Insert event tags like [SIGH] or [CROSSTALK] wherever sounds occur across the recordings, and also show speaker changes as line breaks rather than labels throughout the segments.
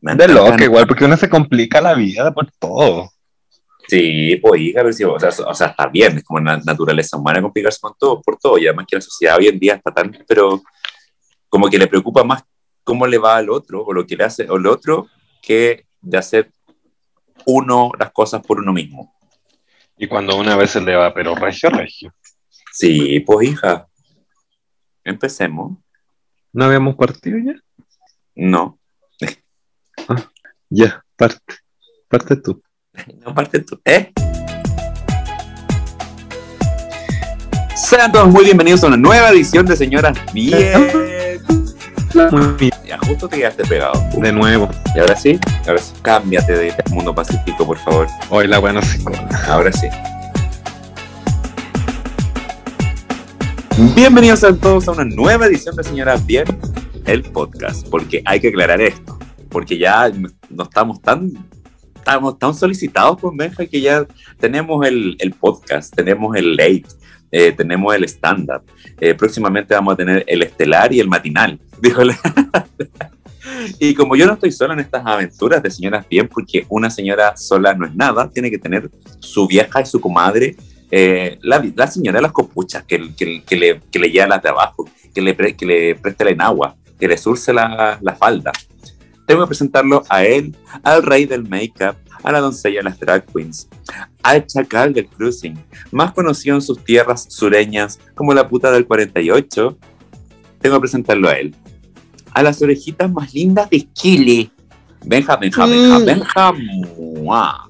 De loca igual, porque uno se complica la vida por todo.
Sí, pues hija, pero sí, o, sea, o sea, está bien, es como la naturaleza humana complicarse con todo, por todo, y además que la sociedad hoy en día está tan, pero como que le preocupa más cómo le va al otro o lo que le hace o el otro que de hacer uno las cosas por uno mismo.
Y cuando una vez se le va, pero regio, regio.
Sí, pues hija, empecemos.
¿No habíamos partido ya?
No.
Ah, ya, parte, parte tú.
No parte tú, ¿eh? Sean todos muy bienvenidos a una nueva edición de Señoras Bien.
Muy bien.
Ya justo te quedaste pegado.
De nuevo.
Y ahora sí, ahora sí. Cámbiate de mundo pacífico, por favor.
Hoy la buena se come.
Ahora sí. Bienvenidos a todos a una nueva edición de Señoras Bien, el podcast. Porque hay que aclarar esto. Porque ya no estamos tan estamos tan solicitados por Benja que ya tenemos el, el podcast, tenemos el late, eh, tenemos el stand-up. Eh, próximamente vamos a tener el estelar y el matinal, [LAUGHS] dijo la... Y como yo no estoy sola en estas aventuras de señoras bien, porque una señora sola no es nada, tiene que tener su vieja y su comadre, eh, la, la, señora de las copuchas, que, que, que le, que le lleva las de abajo, que le, pre, que le preste la enagua, que le surce la, la falda tengo que presentarlo a él, al rey del make-up, a la doncella de las drag queens, al chacal del cruising, más conocido en sus tierras sureñas como la puta del 48. Tengo que presentarlo a él, a las orejitas más lindas de Chile. Benja, Benja, Benja,
Mm.
Benja, mua.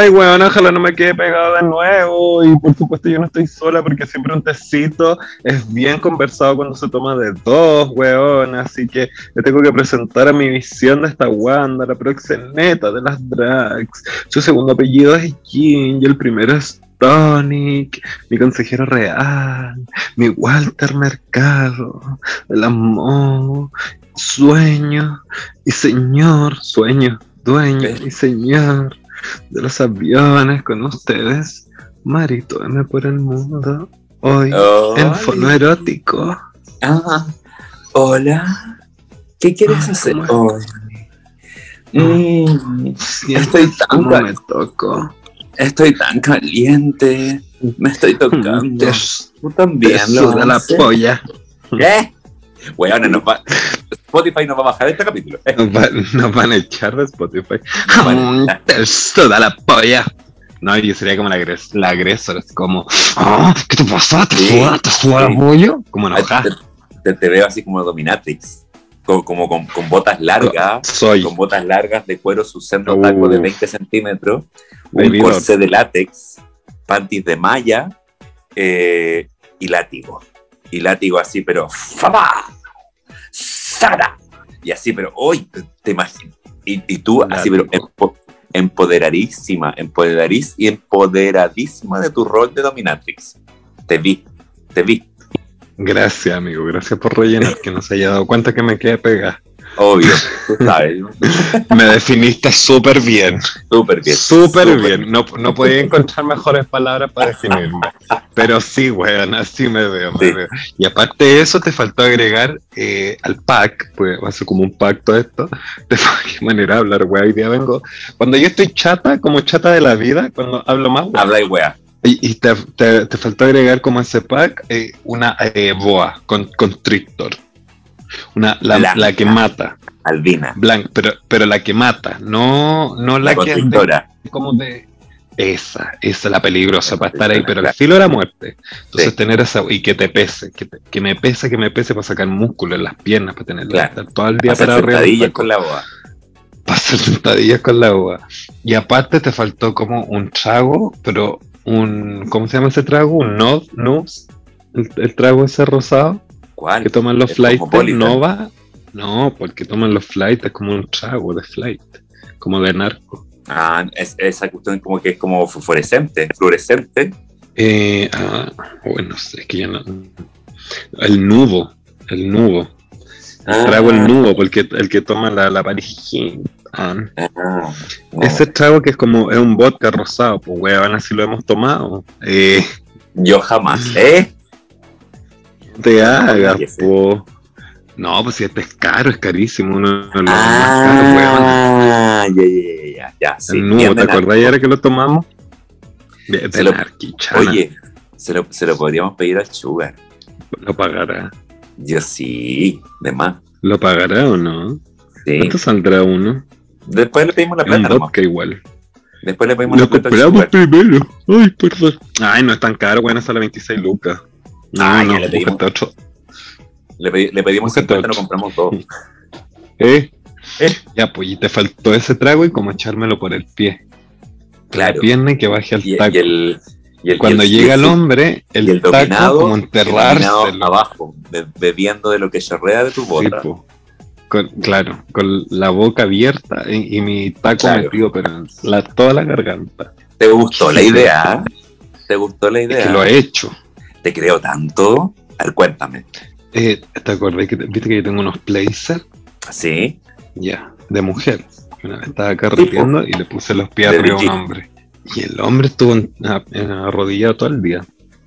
Ay, weón, ojalá no me quede pegado de nuevo. Y por supuesto, yo no estoy sola porque siempre un tecito es bien conversado cuando se toma de dos, weón. Así que le tengo que presentar a mi visión de esta Wanda, la proxeneta de las drags. Su segundo apellido es Jin y el primero es Tonic, mi consejero real, mi Walter Mercado, el amor, sueño y señor, sueño, dueño y señor de los aviones con ustedes, Marito M por el mundo, hoy en
Ay.
Fono Erótico.
Ah, hola. ¿Qué quieres
Ay,
hacer
¿cómo
hoy? Mm,
[LAUGHS] Siento
estoy tan,
cómo
cal-
me toco.
estoy tan caliente. Me estoy tocando.
Te,
Tú
te
también lo
suda la
haces.
polla.
¿Qué? Weona, nos va- Spotify nos va a bajar este capítulo. eh.
Nos, va- nos van a echar de Spotify.
Nos van a
Mm,
echar.
Te suda la polla. No, yo sería como la, agres la agresora, así como, "Ah, ¿qué te pasa? ¿Te
Sí.
suda? ¿Te suda la polla? Como
Ay,
enojada.
te- Te, te veo así como dominatrix. Como, como con, con botas largas.
Soy
Con botas largas de cuero, su centro
Uh.
taco de 20 centímetros. Un
Baby
corsé de látex. Panties de malla. eh, y látigo. Y látigo así, pero. ¡Fabá! ¡Sara! Y así, pero. hoy Te imagino. Y, y tú, así, pero.
Látigo.
empo- empoderadísima, empoderadiz- y empoderadísima de tu rol de dominatrix. Te vi, te vi.
[LAUGHS] Gracias, amigo. Gracias por [LAUGHS] rellenar, que no se haya dado cuenta que me quedé pegada.
Obvio, tú sabes,
Me definiste súper bien.
súper bien.
Súper bien. No, no podía encontrar mejores palabras para definirme. Pero sí, weón, así me veo, me
Sí.
veo. Y aparte de eso, te faltó agregar eh, al pack, pues va a ser como un pacto esto. [LAUGHS] De qué manera de hablar, weón. Hoy día vengo. Cuando yo estoy chata, como chata de la vida, cuando hablo más, weón.
Habla y wea.
Y, y te, te- te faltó agregar como a ese pack eh, una eh, boa con constrictor. Una, la,
Blanca.
la que mata,
Albina,
blanca, pero, pero la que mata, no, no la,
la,
que
conductora.
de- como de esa, esa es la peligrosa
La
para estar ahí,
constrictora,
pero el
claro.
filo de la muerte. Entonces
Sí.
tener esa y que te pese, que, te- que me pese, que me pese para sacar músculo en las piernas, para tener
Claro.
estar todo el día
Hacer
para arriba.
sentadillas con la boa.
[LAUGHS] para hacer sentadillas con la uva. Y aparte te faltó como un trago, pero un. ¿Cómo se llama ese trago? Un no, nose. El, el trago ese rosado que
¿Cuál?
toman los
el
flights
Cosmopolitan.
no va. No, porque toman los flights, es como un trago de flight, como de narco.
Ah, es- esa cuestión como que es como fluorescente, fluorescente.
Eh, ah, bueno, no sé, es que ya no. El nubo, el nubo.
Ah.
Trago el nubo, porque el que toma la, la Paris Hilton.
Ah, no.
Ese trago que es como es un vodka rosado, pues weón, así lo hemos tomado. Eh, Mm.
Yo jamás, ¿eh?
te hagas,
Cállese.
po. No, pues si este es caro, es carísimo. Uno de los más caros, weón.
Ah, ya, ya, ya, ya, ya, Ah, sí,
El nuevo,
bien
¿te
de narco.
acordás ayer que lo tomamos? De,
Se
de
lo-
narquichana.
Oye, se lo, se lo podríamos pedir al Sugar.
¿Lo pagará?
Yo sí, de más.
¿Lo pagará o no?
Sí.
¿Cuánto saldrá uno?
Después le pedimos la
Es un
plata, nomás.
vodka igual.
Después le pedimos la
Lo
plata al
compramos
Sugar.
primero. Ay, perdón. Ay, no es tan caro, bueno, sale 26 lucas. No,
Ah, ya
no,
le pedimos.
búscate otro.
Le, pedi- le pedimos
Búscate
50, lo
otro.
compramos todo.
[LAUGHS] ¿Eh?
Eh.
Ya, pues, y te faltó ese trago y como echármelo por el pie.
Claro.
La pierna y que baje al
Y,
taco.
y el, y el-
Cuando
y el-
llega
y
el hombre,
y
el,
el
taco
dominado,
como
y el dominado
enterrárselo.
abajo, be- bebiendo de lo que chorrea de tu
Sí, pues.
bota.
po. Con- claro, con la boca abierta y, y mi taco
Claro.
metido, pero en la, toda la garganta.
¿Te gustó la idea? ¿Te gustó la idea?
pues. Es que lo he hecho.
Te creo tanto. A ver, cuéntame.
Eh, ¿Te acordás que te- viste que yo tengo unos blazers?
¿Sí?
Ya, de mujer. Una vez estaba carreteando y le puse los pies
De
arriba a un
bichito.
hombre. Y el hombre estuvo en- a- en- arrodillado todo el día,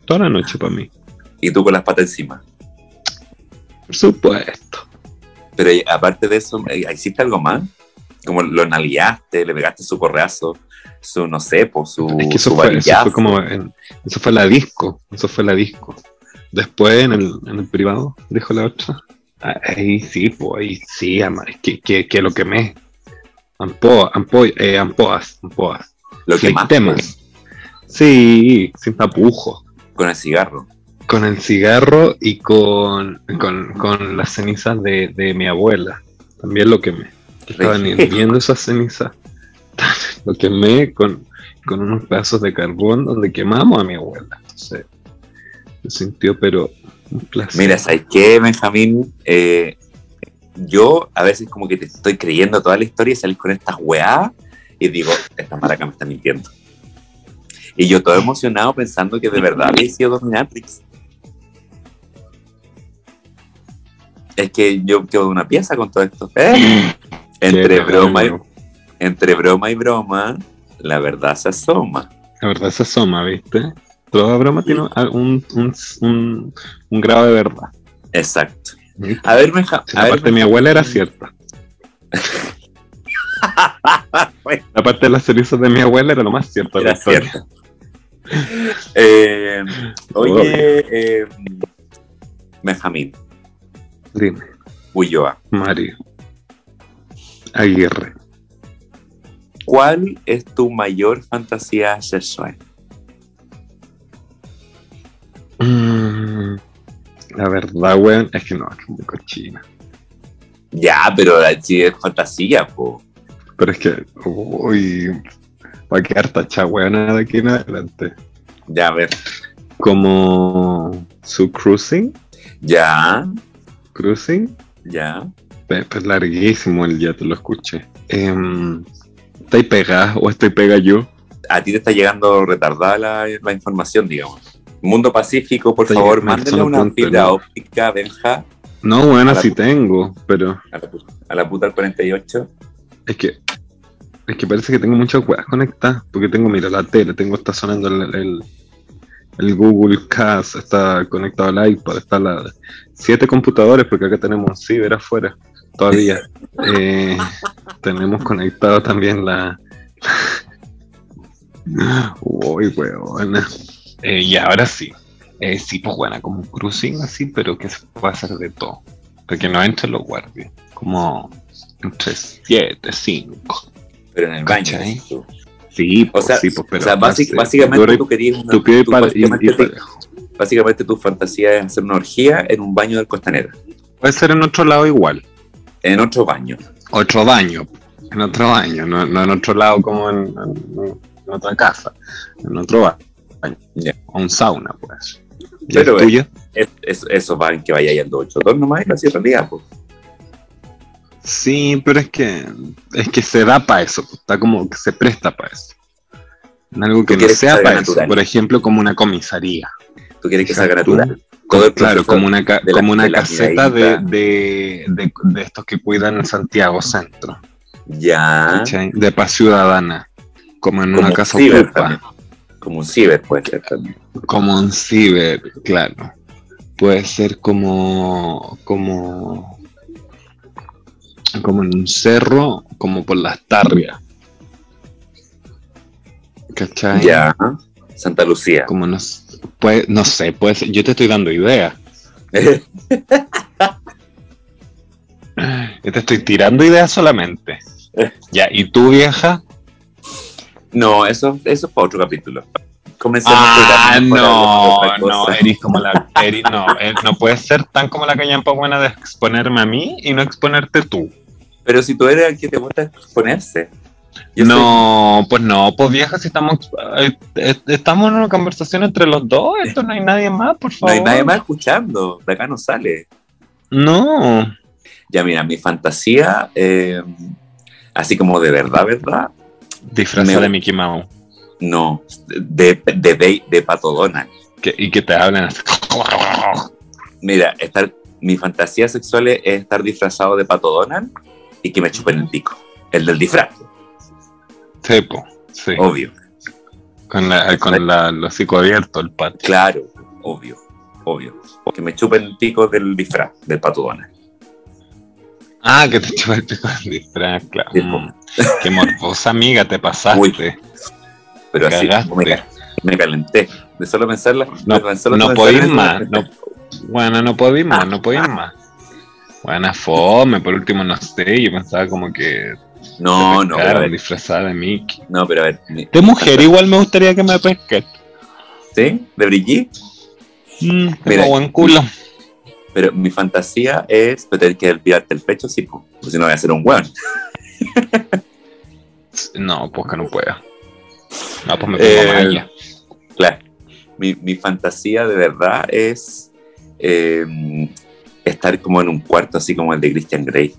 toda la noche para mí.
Y tú con las patas encima.
Por supuesto.
Pero eh, aparte de eso, eh, ¿hiciste algo más? Como lo nalgueaste, le pegaste su correazo, su, no sé, po, su,
es que
Uh, su
eso fue, eso
varillazo.
fue como. en- eso fue la disco. Eso fue la disco. Después en el, en el privado, dijo la otra. Ah, Ahí sí, pues ahí sí, ama, es que, que, que lo quemé. Ampoa, ampo, eh, ampoas, ampoas.
Lo que
Sin
más
temas. Sí, sin tapujos.
con el cigarro.
con el cigarro y con, con, con las cenizas de, de mi abuela. También lo quemé. Estaban
Rico.
hirviendo esas cenizas. [LAUGHS] Lo quemé con, con unos pedazos de carbón donde quemamos a mi abuela. Entonces, se sintió, pero un placer.
Mira, ¿sabes qué, Benjamín? Eh, yo a veces como que te estoy creyendo toda la historia y salís con estas weá y digo, esta maraca me está mintiendo. Y yo todo emocionado pensando que de verdad había sido Dominatrix. Es que yo quedo de una pieza con todo esto. ¿eh? Entre,
Qué
broma y,
raro.
entre broma y broma, la verdad se asoma.
La verdad se asoma, ¿viste? Toda broma tiene un, un, un- un grado de verdad.
Exacto.
¿viste?
A ver, Benja-
Si
a
La
ver, pues.
parte de mi abuela
[LAUGHS]
era cierta.
Benjamín.
La parte de las cenizas de mi abuela era lo más cierto. de la
Era
historia.
cierto. [LAUGHS] Eh, oye, eh, Benjamín,
Dime.
Ulloa,
Mario Aguirre.
¿cuál es tu mayor fantasía sexual?
Mm, la verdad, weón, es que no, es que es muy cochina.
Ya, pero si es fantasía, po.
Pero es que, uy, va a quedar tacha, weón, de aquí en adelante.
Ya, a ver.
Como su cruising,
Ya,
cruising,
ya.
pe- pe- larguísimo el ya te lo escuché. Em, ¿Estoy pegada o estoy pega yo?
A ti te está llegando retardada la, la información, digamos. Mundo Pacífico, por
Está
favor,
llegando,
mándele
son
una
puntos,
fibra
¿no?
óptica, Benja,
No, weón,
A la
así
puta.
tengo, pero
a la, puta- a la puta al 48.
es que. Es que parece que tengo muchas weas conectadas. Porque tengo, mira, la tele, tengo, está sonando el, el- el Google Cast, está conectado al iPad, está la siete computadores, porque acá tenemos un ciber afuera todavía. Eh, tenemos conectado también la. Uy, weona. Eh, y ahora sí. Eh, sí, pues buena, como un cruising así, pero que se puede hacer de todo. Porque no entre los guardias. Como entre 7, 5.
Pero en el baño.
Cachai.
dices tú.
Sí, pues,
O sea,
sí, pues, pero
o sea basi-
hace-
básicamente
dura y-
tú querías una,
tu pie y
tú
para- y- y
básicamente te-
parejo.
básicamente tu fantasía es hacer una orgía en un baño del Costanera,
Puede ser en otro lado igual.
en otro baño.
Otro baño. En otro baño. No, no en otro lado como en, en- en otra casa. En otro ba- baño.
Ya.
O un sauna, pues. ¿Y
Pero,
el tuyo?
Es- es- eso va en que vaya yendo 8 2 nomás y lo hacía realidad. po.
Sí, pero es que es que se da para eso, pues, está como que se presta para eso. En algo que no
quieres que
sea
salga
para eso,
natural.
por ejemplo, como una comisaría.
Tú quieres que
Fija
salga
tú,
natural.
co-
Todo el
claro,
proceso
como una, ca-
de la-
como una
de la
caseta de,
miradita.
de, de- de estos que cuidan en Santiago Centro,
Ya.
¿cachai? de paz ciudadana, como en una
Ah. un
casa
ciber
ocupa,
también. Como un ciber puede ser también.
como un ciber, claro. Puede ser como, como, como en un cerro, como por las tarrias. ¿Cachai?
Ya. Santa Lucía.
Como no, s- puede- no sé, pues yo te estoy
[LAUGHS]
dando ideas. Yo te estoy tirando
[LAUGHS]
ideas solamente. Ya, ¿y tú vieja?
no, eso, eso es para otro capítulo. Comencemos
Ah,
programas para
no,
hablar de otra
no,
cosa.
eres
[LAUGHS]
como la... eres- no, eh, no puedes ser tan como la cañampa buena de exponerme a mí y no exponerte tú.
Pero si tú eres el que te gusta exponerse. Yo
no, pues no, pues vieja, si estamos, eh, eh, estamos en una conversación entre los dos, esto no hay nadie más, por
soy- no
favor.
hay nadie más escuchando. De acá no sale.
No.
Ya mira, mi fantasía, eh, así como de verdad, verdad,
Disfraza
Me-
de Mickey Mouse.
no. De, de, de, de Pato Donald.
Que- y que te hablen así. [LAUGHS]
Mira, estar, mi fantasía sexual es estar disfrazado de Pato Donald y que me chupen el pico. El del disfraz,
Sí, po, sí.
obvio.
Con, la, con la, los hocico abiertos, el patio.
Claro, obvio, obvio. Que me chupen el pico del disfraz, del Pato Donald.
Ah, que te chupa el pico del disfraz, claro.
Sí,
Mm, Qué morbosa amiga te
Uy,
pasaste.
Pero así,
Cagaste.
me, ca- me calenté. De solo pensarla.
No,
de tan solo
no
pensarla,
podís
me
más.
calenté.
No, bueno, no podís más, no podís más. Buena fome, por último, no sé. Yo pensaba como que.
No, no, pero a
pescaron
ver,
disfrazada de Mickey.
no, pero a ver. mi-
De mujer, igual me gustaría que me pesquen.
¿Sí? ¿De Brigitte?
Mm,
Mira,
tengo buen culo.
Pero mi fantasía es pues, tener que depilarte el pecho, sí, po, porque si no voy a ser un weón.
No, pues que no pueda. No, pues me pongo
Eh,
malla.
Claro. Mi, mi fantasía de verdad es eh, estar como en un cuarto así como el de Christian Grey.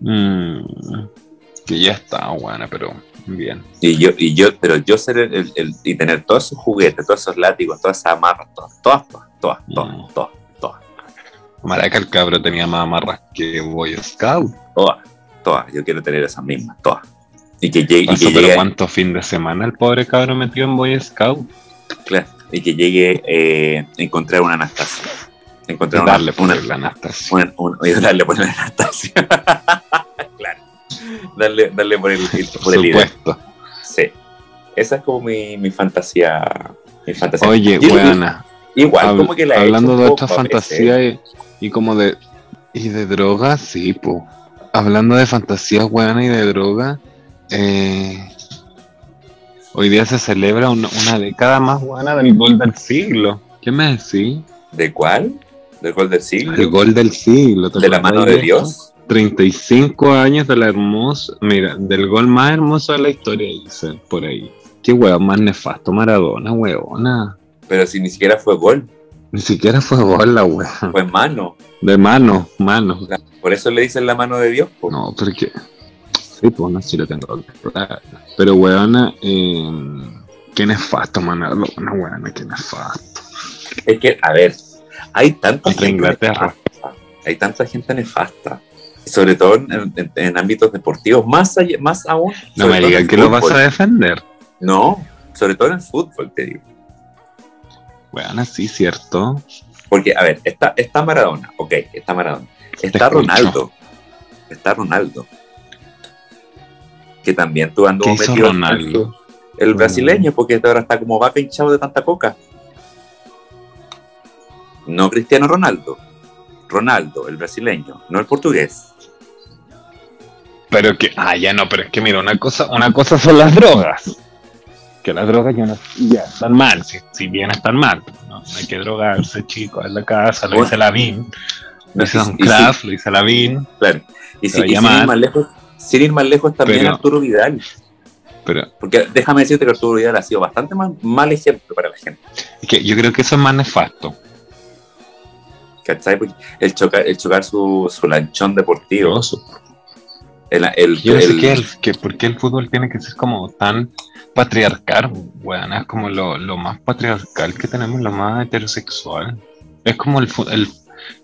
Mm, que ya está buena, pero bien.
Y yo, y yo, pero yo ser el, el- el- y tener todos esos juguetes, todos esos látigos, todas esas amarras, todas, todas, todas, todas, todas,
Mm.
todas,
Maraca el cabro tenía más amarras que Boy Scout.
todas, todas. Yo quiero tener esas mismas, todas. Y que llegue, y
Paso,
que
pero
llegue,
cuánto fin de semana el pobre cabro metió en Boy Scout.
claro, y que llegue eh, encontrar una Anastasia. Encontrar
Y
una,
darle pues, por
una-
la Anastasia.
Bueno, un- y darle por el Anastasia. [LAUGHS] claro. Darle, darle por el, el-
Por
por el líder.
supuesto.
Sí. Esa es como mi, mi fantasía. Mi fantasía.
Oye,
Yo-
buena.
Igual, como que la he
hablando
hecho
de
un
esta
poco a
fantasía
veces.
y, y como de. Y de drogas, sí, po. Hablando de fantasías buenas y de droga, eh, hoy día se celebra un- una década más buena del gol del siglo. ¿Qué me decís?
¿De cuál? ¿Del gol del siglo?
El gol del siglo. ¿te
¿De la
acordás
mano de
esto?
Dios?
35 años de la hermosa, mira, del gol más hermoso de la historia, dice por ahí. Qué hueón más nefasto, Maradona, hueona.
Pero si ni siquiera fue gol,
Ni siquiera fue gol la hueá.
fue mano.
De mano, mano.
Por eso le dicen la mano de Dios. po.
No, porque. Sí, pues no, sí lo tengo. claro. Pero hueona, eh, qué nefasto, Maradona, hueona, qué nefasto.
Es que, a ver, hay tanta
Contra Inglaterra.
nefasta, Hay tanta gente nefasta. Sobre todo en, en- en ámbitos deportivos. Más, allá- más aún.
No
sobre
me
todo en
digas que lo vas
fútbol.
a defender.
No, sobre todo en el fútbol, te digo.
Hueona, sí, cierto.
Porque, a ver, está, está Maradona, ok, está Maradona. Está
escucho.
Ronaldo. Está Ronaldo. Que también tú anduvo
¿Qué hizo
metido en
Ronaldo? Mm.
El, el brasileño, porque ahora está como va pinchado de tanta coca. No Cristiano Ronaldo. Ronaldo, el brasileño, no el portugués.
Pero que, ah, ya no, pero es que mira, una cosa, una cosa son las drogas. Que las drogas ya no ya están mal, si, si bien están mal. No, no hay que drogarse, chicos, en la casa, lo
Bueno.
dice Lavín, lo
No,
dice
y-
Don
y sí,
Kraft, lo dice Lavín.
claro. Y, sí-
Pero
y sin,
llama-
ir más lejos, sin ir más lejos también
Pero-
Arturo Vidal.
Pero
Porque déjame decirte que Arturo Vidal ha sido bastante mal, mal ejemplo para la gente.
es que yo creo que eso es más nefasto.
¿Cachai? Porque El chocar, el chocar su, su lanchón deportivo. El, el-
Yo no sé
el-
qué el- que por qué el fútbol tiene que ser como tan patriarcal, weón. Es como lo, lo más patriarcal que tenemos, lo más heterosexual. Es como el, fu- el-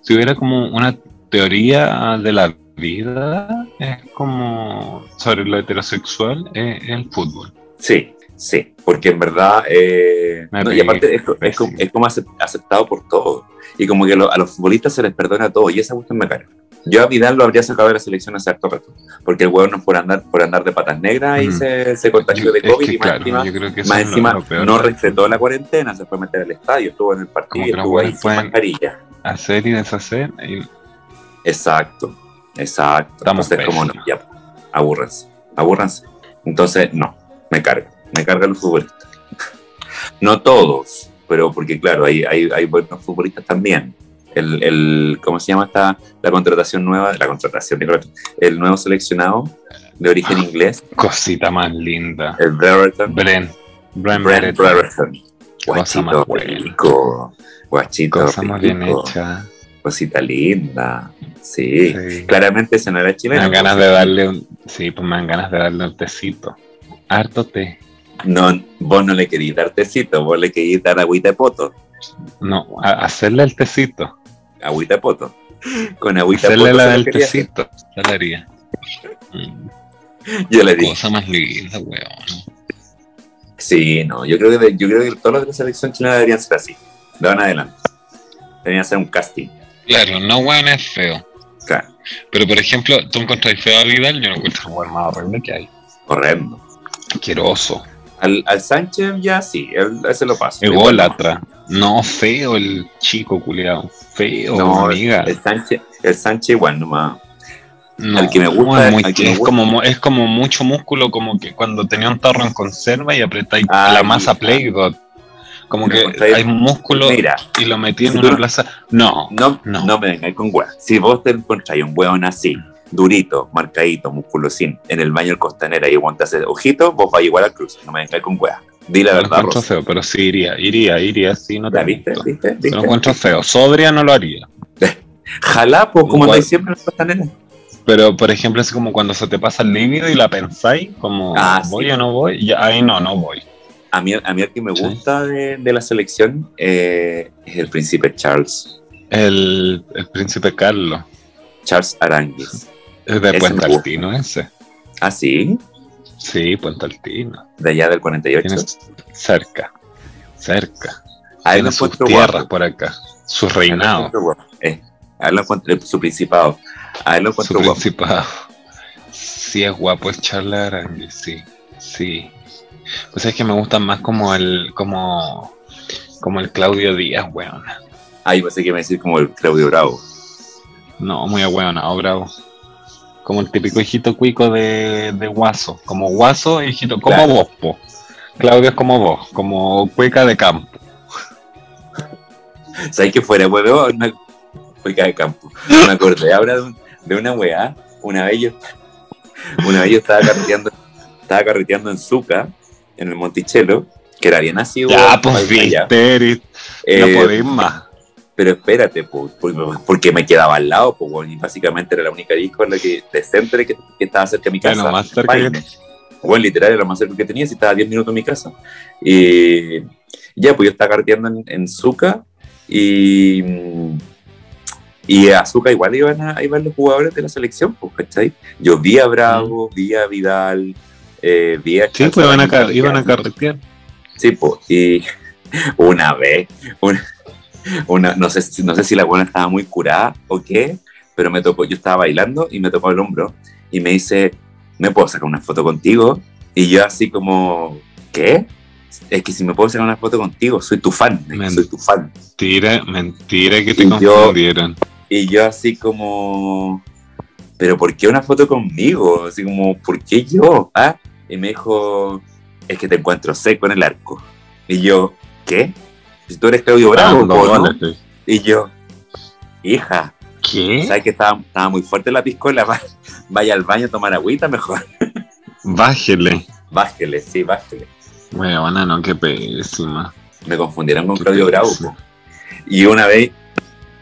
Si hubiera como una teoría de la vida, es como. Sobre lo heterosexual, es el fútbol.
Sí, sí. Porque en verdad. eh,
Me
no, y
pegué.
aparte es, co- es co- es como acep- aceptado por todos. Y como que lo- a los futbolistas se les perdona todo. Y esa cuestión me cae. Yo a Vidal lo habría sacado de la selección hace harto rato, porque el hueón no por andar, por andar de patas negras y
Mm.
se, se contagió de
Es
COVID
que,
y más
claro,
encima,
yo creo que eso
más
es lo-
encima
lo peor.
no respetó la cuarentena, se fue a meter al estadio, estuvo en el partido y
Como que los
estuvo ahí
hueones
sin
pueden-
mascarilla.
Hacer y deshacer. y-
Exacto, exacto.
Estamos pues.
Entonces, como no,
pésimos.
ya, aburranse, aburranse. Entonces, no, me carga, me carga los futbolistas. [LAUGHS] No todos, pero porque, claro, hay, hay, hay buenos futbolistas también. El, el- ¿cómo se llama esta? La contratación nueva, la contratación, digo, el nuevo seleccionado de origen
Ah.
inglés,
Cosita más linda.
el Brereton,
Bren. Bren
Brent
Beret.
Brereton.
Cosa más
Guachito
buena.
rico, guachito
Cosa más bien
rico,
hecha.
cosita linda, sí.
Sí.
Claramente ese no era
Me
chileno.
dan ganas de darle un. Sí, pues me dan ganas de darle un tecito. Harto té.
No, vos no le querís dar tecito, vos le querís dar agüita de poto.
No, a- hacerle el tecito.
Agüita de poto. Con agüita de
Hacerle
poto.
la
se lo
del
quería
tecito. Ya la haría. Mm,
hacer. Yo le dije,
Cosa más linda, weón.
sí, no, yo creo, que de- yo creo que todos los de la selección chilena deberían ser así. De ahora en adelante. Deberían hacer un casting.
Claro, no weón es feo.
Claro,
Pero por ejemplo, tú encontrás feo a Vidal, yo lo encuentro un weón más horrible que hay.
horrendo.
Asqueroso.
Al, al Sánchez ya sí, él, ese lo paso.
Ególatra. No, feo el chico culiado. Feo,
No,
oh, amiga.
El Sánchez, el Sánchez igual nomás.
No,
al que me gusta,
es, muy-
al que me
es
gusta.
como, mu- es como mucho músculo, como que cuando tenía un tarro en conserva y apretáis
Ah,
la
sí.
masa Play Dot. Como
Me
que
encontráis-
hay músculo
Mira,
y lo metí en
si tú
una
no-
plaza. No,
No,
No. Mm.
no, me vengáis con weas. Si vos te encontráis un weón así, durito, marcadito, musculosín, en el baño del Costanera y aguantas te hace ojito, vos vas igual al cruce. No me vengáis con weas. Di la
lo
verdad,
encuentro
Rosa.
feo, pero sí iría, iría, iría, sí, no
¿La
te
viste?
miento.
¿Viste?
Te Lo
¿Viste?
encuentro feo. Sodria no lo haría.
Jalá, pues, como
Igual.
andáis siempre en el Costanera.
Pero, por ejemplo, es como cuando se te pasa el líbido y la pensáis, como,
Ah,
¿voy
sí.
o no voy? Y ahí no, no voy.
A mí, a mí el que me
Sí.
gusta de, de la selección eh, es el príncipe Charles.
El, el príncipe Carlos.
Charles Aranguis.
Es de
Ese
Puente
me gusta.
Altino ese.
Ah, sí,
Sí, Puente Altino.
de allá del 48.
Tienes cerca, cerca.
A él lo
Tiene sus
encuentro
tierras
guapo.
por acá, su
A él lo
reinado,
encuentro guapo. Eh, a él lo encuentro- su principado. A él lo
su
encuentro guapo.
principado. Sí es guapo el Charles Aranguis, sí, sí. Pues es que me gusta más como el, como, como el Claudio Díaz, weón.
Ah, yo pensé que iba a decir como el Claudio Bravo.
No, muy ahueonado, bravo. Como el típico hijito cuico de, de Guaso. Como Guaso, hijito, como
Claro.
vos, po. Claudio es como vos, como cuica de campo.
¿Sabes que fuera huevón? Una cueca de campo. Me acordé ahora de, un- de una weá. Una vez yo, una vez yo estaba carreteando, estaba carreteando en Zuca, en el Monticello, que era bien así,
Ya,
weón,
pues
para allá.
viste, Eric,
Eh,
no podéis más.
pero espérate, po, por- porque me quedaba al lado, po, weón, y básicamente era la única disco en la que, de centro que, que estaba cerca de mi
Era
casa.
lo más cerca que-
Paine. Bueno, literal, era lo más cerca que tenía, si estaba a 10 minutos de mi casa. Y ya, pues yo estaba carteando en, en Zuca y. Y a Zuca igual iban, a, iban los jugadores de la selección, pues, ¿cachai? Yo vi a Bravo, vi a Vidal, eh, vi a.
Mm. Sí,
Charles
pues iban a, ca-
Aranguis,
iban a carretear.
Sí, po, y [LAUGHS] una vez, una, una- no, sé, si- no sé si la buena estaba muy curada o qué, pero me tocó, yo estaba bailando y me tocó el hombro y me dice, ¿me puedo sacar una foto contigo? Y yo así como, ¿qué? Es que si me puedo sacar una foto contigo, soy tu fan, me dijo,
Men.
soy tu fan.
Mentira, mentira que te
Y yo-
confundieron.
Y yo así como, ¿pero por qué una foto conmigo? Así como, ¿por qué yo? ah? Y me dijo, es que te encuentro seco en el arco. Y yo, ¿qué? Si tú eres Claudio Bravo,
Dando
po, Ah, ¿no?
goles, Ah, sí.
Y yo, hija,
¿Qué?
¿sabes que estaba, estaba muy fuerte la piscola? [LAUGHS] Va- Vaya al baño a tomar agüita mejor. [LAUGHS]
Bájele.
Bájele, sí, bájele.
Weón, no, qué pésima.
Me confundieron con
Qué
Claudio Bravo.
pésima.
po. Y una vez,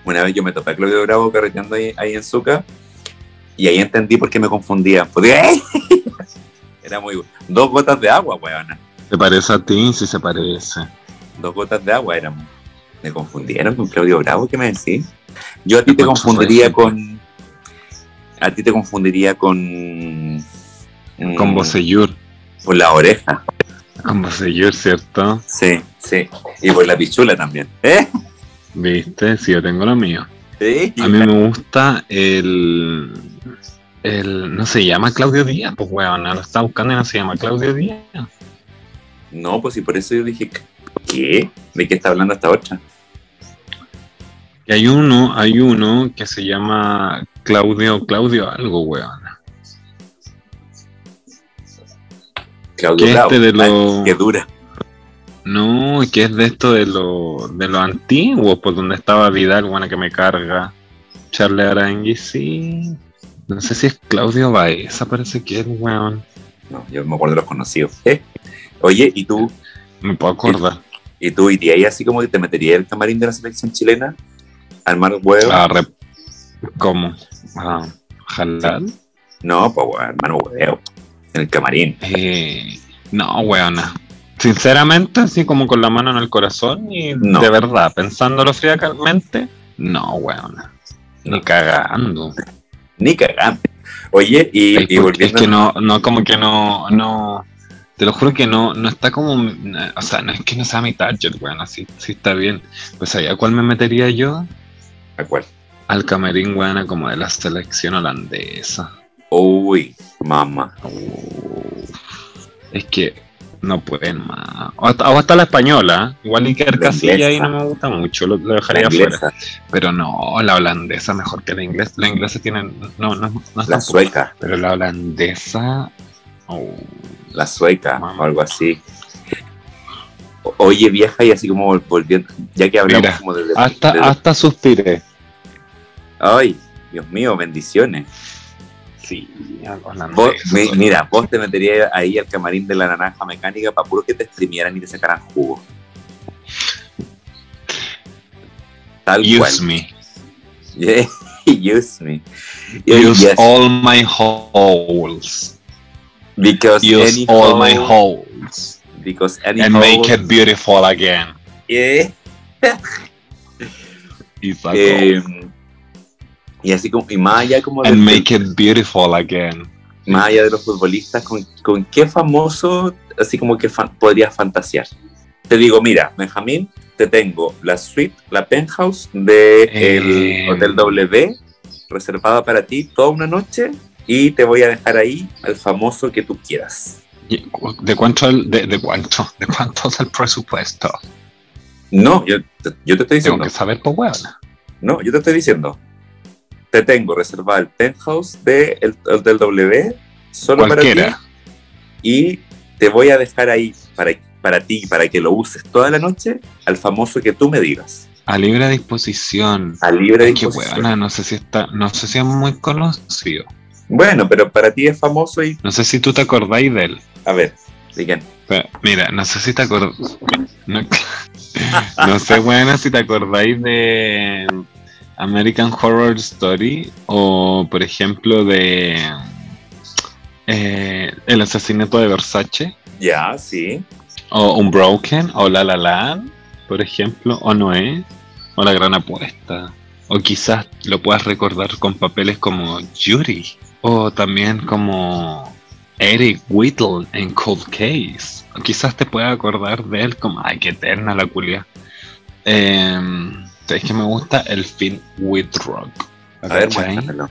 una vez yo me topé a Claudio Bravo carreteando ahí, ahí en Zuca y ahí entendí por qué me confundían. Porque, ¡eh! [LAUGHS] Era muy... Dos gotas de agua, weona.
¿Te parece a ti? Sí, se parece.
Dos gotas de agua éramos. Me confundieron con Claudio Bravo, ¿qué me decís? Yo a ti
Me
te
encuentro
confundiría
fuerte.
con... A ti te confundiría con...
Con
mm,
Bosellur.
Por la oreja.
Con Bosellur, ¿cierto?
Sí, sí. Y por la pichula también. [LAUGHS] ¿Eh?
¿Viste? Sí, yo tengo lo mío.
Sí,
A mí me gusta el. el no se llama Claudio Díaz, pues weón, lo está buscando y no se llama Claudio Díaz.
No, pues y por eso yo dije, ¿qué? ¿De qué está hablando esta otra?
Y hay uno, hay uno que se llama Claudio, Claudio algo, weón.
Claudio
Que
Bravo.
este de
Ay,
lo-
que dura.
No, que es de esto de lo, de lo antiguo, por donde estaba Vidal, bueno, que me carga. Charles Arangui, sí. No sé si es Claudio Baeza, parece que es, weón.
No, yo me acuerdo de los conocidos. ¿eh? Oye, ¿y tú?
Me puedo acordar.
¿Y tú irías así como que te meterías el camarín de la selección chilena? ¿Armar huevo?
Ah, re- ¿Cómo? Ah, jalar.
No, pues bueno, hermano huevo. En el camarín.
Eh, no, weona. Sinceramente, así como con la mano en el corazón y
No.
de verdad, pensándolo fríamente, no, weona. Ni
No.
cagando.
Ni cagando. Oye,
Ay,
y, y
porque es
volviendo...
que no, no, como que no, no. Te lo juro que no, no está como. O sea, no es que no sea mi target, weón. Así sí está bien. Pues allá, ¿cuál me metería yo?
¿A cuál?
Al camerín, weona, como de la selección holandesa.
Uy, mamá.
Uf. es que no pueden más. O hasta, o hasta la española. ¿eh? Igual Iker
La
Casilla ahí
inglesa.
no me gusta mucho. Lo,
La
lo dejaría afuera.
inglesa,
Pero no, la holandesa mejor que la inglesa. La inglesa tiene. No, no, no, es
la
tan-
sueca,
Pero la holandesa. oh.
la sueca,
Mamá.
o algo así. O- Oye, vieja, y así como vol- volviendo, ya que hablamos
Mira,
como de... de-
Hasta,
de-
hasta suspiré.
Ay, Dios mío, bendiciones.
Sí,
Vos- mi- mira, vos te meterías ahí al camarín de la naranja mecánica para puro que te streamearan y te sacaran jugo. Tal cual.
Use me.
[LAUGHS] Yeah, use me. Yeah,
Use
yes,
all my holes.
because
Use
any
all my
hole-
holes.
Because any
And make
hole-
it beautiful again.
Yeah.
It's a
Eh,
goal.
y así como, y más allá como de,
And make it beautiful again.
más allá de los futbolistas, ¿con, con qué famoso así como que fan- podrías fantasear? Te digo, mira, Benjamín, te tengo la suite, la penthouse de el
Eh.
Hotel W, reservada para ti toda una noche, y te voy a dejar ahí al famoso que tú quieras.
Y- ¿De cuánto, el- de, de cuánto? [LAUGHS] ¿De cuánto es el presupuesto?
No, yo, te- yo te estoy
Tengo
diciendo,
que saber, pues, weón.
no, yo te estoy diciendo, te tengo reservada el penthouse de el Hotel W, solo para ti.
Cualquiera.
y te voy a dejar ahí para, para ti, para que lo uses toda la noche, al famoso que tú me digas.
A libre disposición.
A libre
Ay, qué
disposición.
weona, no sé si está, no sé si es muy conocido.
Bueno, pero para ti es famoso y.
No sé si tú te acordáis de él.
A ver, digan.
Pero, mira, no sé si te acordás. No, [LAUGHS] no sé, bueno, si te acordáis de American Horror Story o, por ejemplo, de eh, El asesinato de Versace
Ya, sí.
o Unbroken o La La Land, por ejemplo, o Noé o La Gran Apuesta. O quizás lo puedas recordar con papeles como Yuri o también como Eric Whittle en Cold Case. O quizás te pueda acordar de él como, ay, qué eterna la culia. Em, es que me gusta el film Whitrock.
A ver,
¿Cachai?
muéstramelo.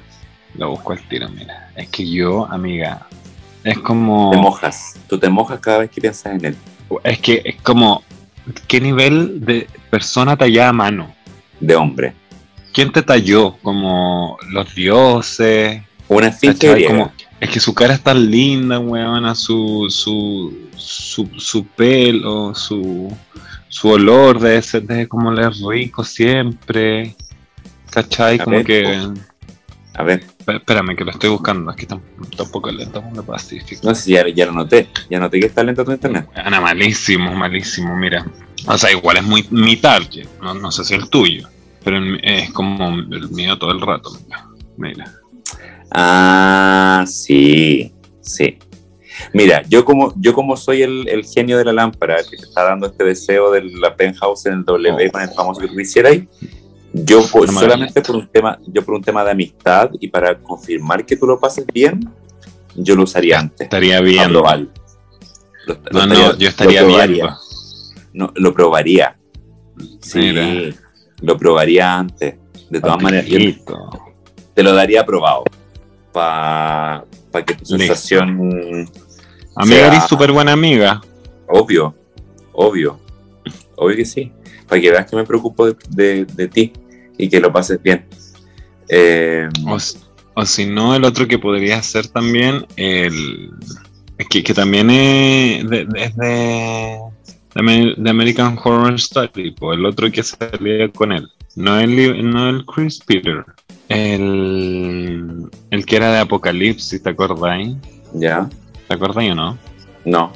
Lo busco al tiro, mira. Es que yo, amiga, es como...
Te mojas. Tú te mojas cada vez que piensas en él.
Es que es como, ¿qué nivel de persona tallada a mano?
De hombre.
¿Quién te talló? Como los dioses.
Una esfinge
¿cachai?
griega.
Como- es que su cara es tan linda, weona, su, su, su, su pelo, su, su olor de ese, de como le es rico siempre. ¿Cachai?
A
Como
ver,
que...
A ver,
Espé- Espérame, que lo estoy buscando. Es que tam- tampoco le estamos de Pacífico.
no sé si ya, ya lo noté. Ya noté que está lento tu internet.
Ana, malísimo, malísimo, mira. O sea, igual es muy mi target, no, no sé si el tuyo, pero el- es como el mío todo el rato, mira. Mira.
Ah, sí. Sí. Mira, yo como, yo como soy el, el genio de la lámpara, el que te está dando este deseo de la penthouse en el W
Oh.
con el famoso que tú quisieras, yo por-
No me
solamente por un tema, yo por un tema de amistad y para confirmar que tú lo pases bien, yo lo usaría antes.
Estaría bien.
Lo probar. Lo- Ah, lo
No,
estaría-
no, yo estaría pues.
lo probaría.
viendo.
No, lo probaría. Sí,
Mira.
lo probaría antes. De todas maneras, yo te lo daría aprobado. Para que tu
Listo.
sensación.
Amiga,
sea-
eres súper buena amiga.
Obvio, obvio, obvio que sí. Para que veas que me preocupo de, de- de ti y que lo pases bien. Eh,
O, s- o si no, el otro que podría ser también, el que, que también es de, de- es de- de Amer- de American Horror Story, po, el otro que salía con él. No el, li- no el Chris Peter, el, el que era de Apocalipsis, ¿te acordáis?
¿Ya?
¿Te acordáis o no?
No.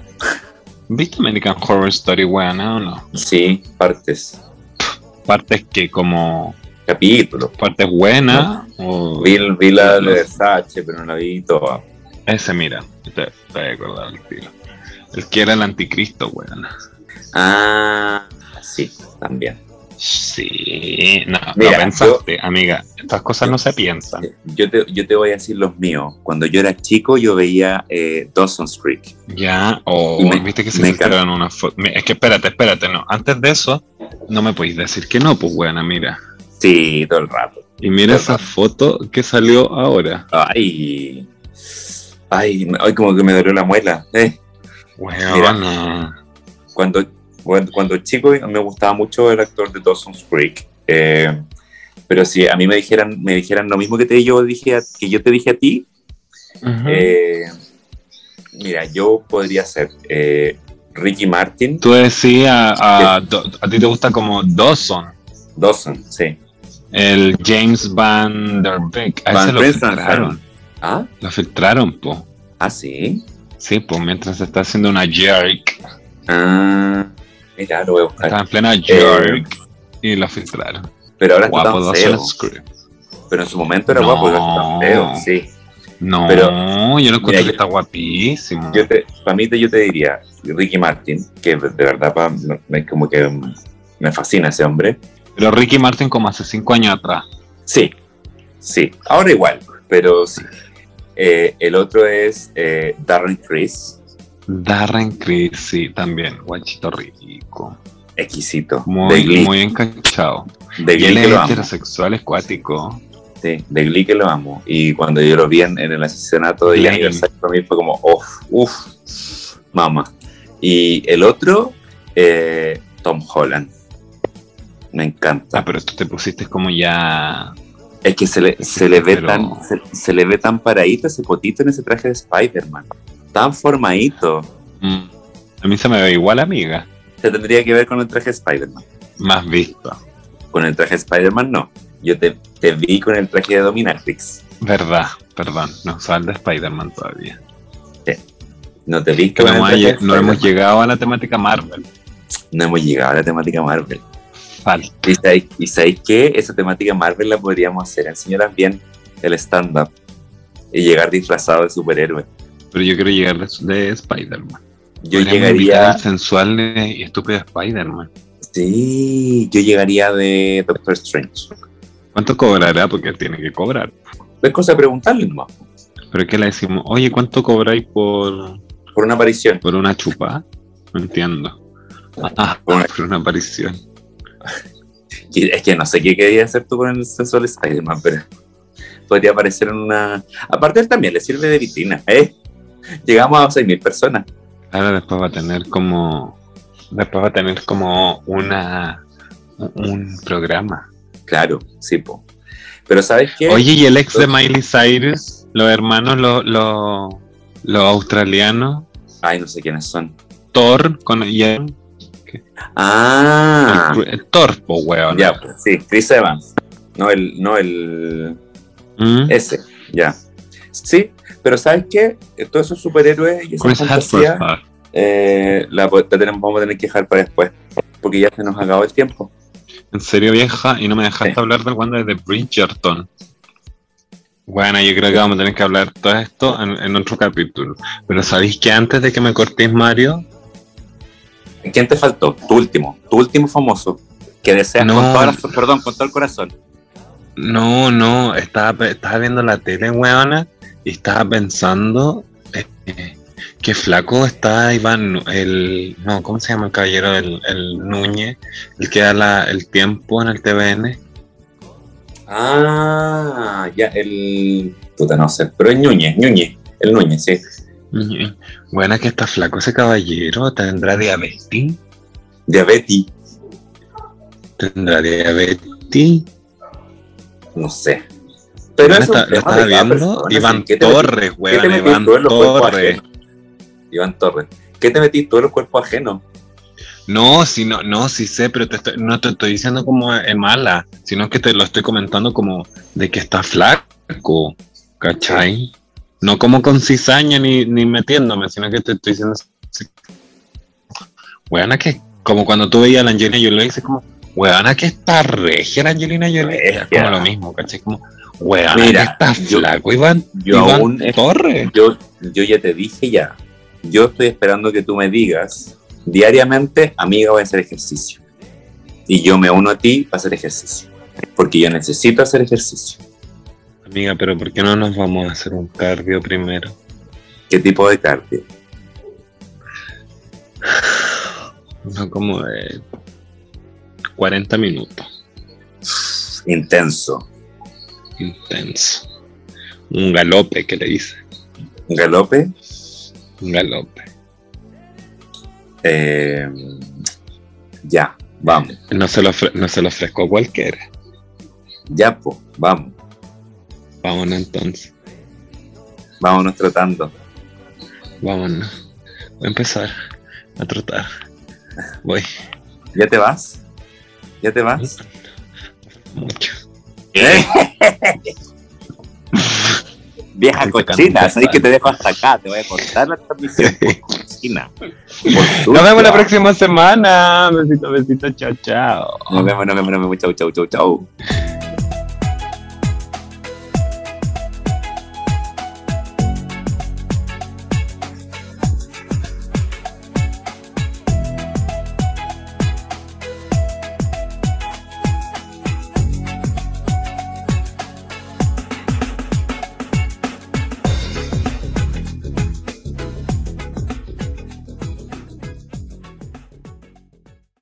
¿Viste American Horror Story, buena o no?
Sí, partes.
Partes que como
Capítulo.
partes buenas o
Vi, vi la de Versace, pero no la vi toda.
Ese, mira, te, te voy a acordar el tiro. El que era el anticristo, weón.
Ah, sí, también.
Sí, no, no
Mira,
pensaste, amiga. Estas cosas no se piensan.
Yo te, yo te voy a decir los míos. Cuando yo era chico, yo veía eh, Dawson's Creek.
Ya, o
Y me-
viste que se
me
filtraron una foto. Es que espérate, espérate, no. Antes de eso, no me podéis decir que no, pues, weón, mira.
Sí, todo el rato.
Y mira esa foto que salió ahora.
Ay, ay, me- ay, como que me dolió la muela. eh.
Weón.
Cuando, cuando, cuando chico me gustaba mucho el actor de Dawson's Creek. eh, pero si a mí me dijeran, me dijeran lo mismo que te yo dije a- que yo te dije a ti,
Ujú.
eh, mira, yo podría ser eh, Ricky Martin,
Tú decías, a,
eh,
Do- a ti te gusta como Dawson,
Dawson, sí.
el James Van Der Beek. A
Van
ese lo
Preston,
filtraron.
Ah,
Lo filtraron, po.
ah, sí.
Sí, pues mientras está haciendo una jerk.
Ah, mira, lo voy a buscar.
Estaba en plena jerk y lo filtraron.
Eh, Pero ahora
Guapo,
está tan
Dawson
feo.
Creek.
Pero en su momento era
No.
guapo, ahora está tan feo, sí.
No,
Pero-
yo lo encuentro
Mira,
que
yo-
está guapísimo.
Yo te, para mí, te- yo te diría Ricky Martin, que de verdad pa- me- me- como que mm, me fascina ese hombre.
Pero Ricky Martin como hace cinco años atrás.
Sí, sí. Ahora igual, pero sí. Eh, el otro es eh, Darren Criss,
Darren Criss, sí, también. Guachito rico.
exquisito. de
Muy,
Glee,
muy encachado.
de
Y
Glee
él
que
es
lo amo.
heterosexual, es cuático.
sí, de Glee que lo amo. Y cuando yo lo vi en, en el asesinato de
Glee.
Jennifer Versace, para mí fue como, uff, uff, mamá. Y el otro, eh, Tom Holland. Me encanta.
Ah, pero tú te pusiste como ya...
Es que se le, se le ve
Pero-
tan se, se le ve tan paradito ese potito en ese traje de Spider-Man. Tan formadito.
mm, A mí se me ve igual, amiga.
Se tendría que ver con el traje de Spider-Man.
Más visto.
Con el traje de Spider-Man no. Yo te, te vi con el traje de Dominatrix.
Verdad, perdón. No sal de Spider-Man todavía.
No te vi
Que
con
no,
el traje
haya-
de
no hemos
Spider-Man.
llegado a la temática Marvel.
No hemos llegado a la temática Marvel.
Falta.
¿Y sabéis, y sabéis qué? Esa temática Marvel la podríamos hacer. Enseñarán bien el stand-up. Y llegar disfrazado de superhéroe.
Pero yo quiero llegar de, de Spider-Man.
Yo
Podríamos
llegaría.
invitar al sensual eh, y estúpido Spider-Man.
Sí, yo llegaría de Doctor Strange.
¿Cuánto cobrará? Porque tiene que cobrar.
Es cosa de preguntarle nomás.
Pero que le decimos, oye, ¿cuánto cobráis por,
Por una aparición.
por una chupa? No entiendo. Ah,
Por-
por una aparición.
Que- Es que no sé qué quería hacer tú con el sensual Spider-Man, pero podría aparecer en una. Aparte, él también le sirve de vitrina, ¿eh? Llegamos a 6.000 personas.
Ahora después va a tener como. Después va a tener como una. un- Un programa.
Claro, sí, po. Pero ¿sabes qué?
Oye, y el ex de Miley Cyrus, los hermanos, los, los, los australianos,
Ay, no sé quiénes son.
Thor con y el,
Ah,
el- el Thor, po, weón.
ya, pues, sí, Chris Evans. No el, no el.
¿Mm?
Ese, ya. Sí, pero ¿sabes qué? Eh, Todos esos superhéroes y esas
Chris ah,
fantasías
Hemsworth.
eh, la, po- la tenemos, vamos a tener que dejar para después, porque ya se nos acabó el tiempo.
En serio, vieja, y no me dejaste
Sí.
hablar del Wanda de Bridgerton. Bueno, yo creo que vamos a tener que hablar todo esto en, en otro capítulo. Pero sabéis que antes de que me cortéis, Mario,
¿Quién te faltó? Tu último, tu último famoso. Que deseas
No.
con todas las- perdón, con todo el corazón.
No, no, estaba, pe- estaba viendo la tele, weona, y estaba pensando eh, eh, que flaco está Iván, Nu- el, no, ¿cómo se llama el caballero? El, el Núñez, el que da la- el tiempo en el TVN.
Ah, ya, el. Puta, no sé, pero es Ñuñez, Ñuñez, el Núñez, sí.
Ñe. Buena que está flaco ese caballero. ¿Tendrá diabetes?
Diabetes,
¿Tendrá diabetes?
no sé. Pero
Buena,
es un
está- lo
tema
estaba
de cada
viendo.
persona, sí.
Iván
¿Qué te metí-
Torres,
¿Qué te
weón.
metís
Iván
tú en los cuerpos
Torres.
ajenos? Iván Torres. ¿Qué te metís tú en los cuerpos ajenos?
No, si no, no, sí sé, pero te estoy- no te estoy diciendo como es mala, sino que te lo estoy comentando como de que está flaco, ¿cachai? No como con cizaña ni, ni metiéndome, sino que te estoy diciendo así. Weona, que como cuando tú veías a la Angelina Jolie, dices como, weona, que está regia la Angelina Jolie. Es como
Regia.
lo mismo, ¿cachai? Como, weona,
Mira,
que está
yo-
flaco, Iván,
Yo
Iván
aún es-
Torres.
Yo, yo ya te dije ya. Yo estoy esperando que tú me digas diariamente, amiga, voy a hacer ejercicio. Y yo me uno a ti para hacer ejercicio. Porque yo necesito hacer ejercicio.
Amiga, pero ¿por qué no nos vamos a hacer un cardio primero?
¿Qué tipo de cardio?
No, como de 40 minutos.
Intenso.
Intenso. Un galope que le dice.
¿Un galope?
Un galope.
Eh, ya, vamos.
No se lo, ofre- no se lo ofrezco a cualquiera.
Ya, pues, vamos.
Vámonos entonces.
Vámonos tratando.
Vámonos. Voy a empezar a trotar. Voy.
¿Ya te vas? ¿Ya te vas?
Mucho.
¿Eh? [LAUGHS] Vieja
Estoy
cochina,
tocando
sabes que te dejo hasta acá, te voy a cortar la transmisión por cochina. Por
Nos vemos la
sucia.
próxima semana. Besito, besito. Chao, chao.
Nos vemos, nos vemos, nos vemos. Chau, chau, chau, chau.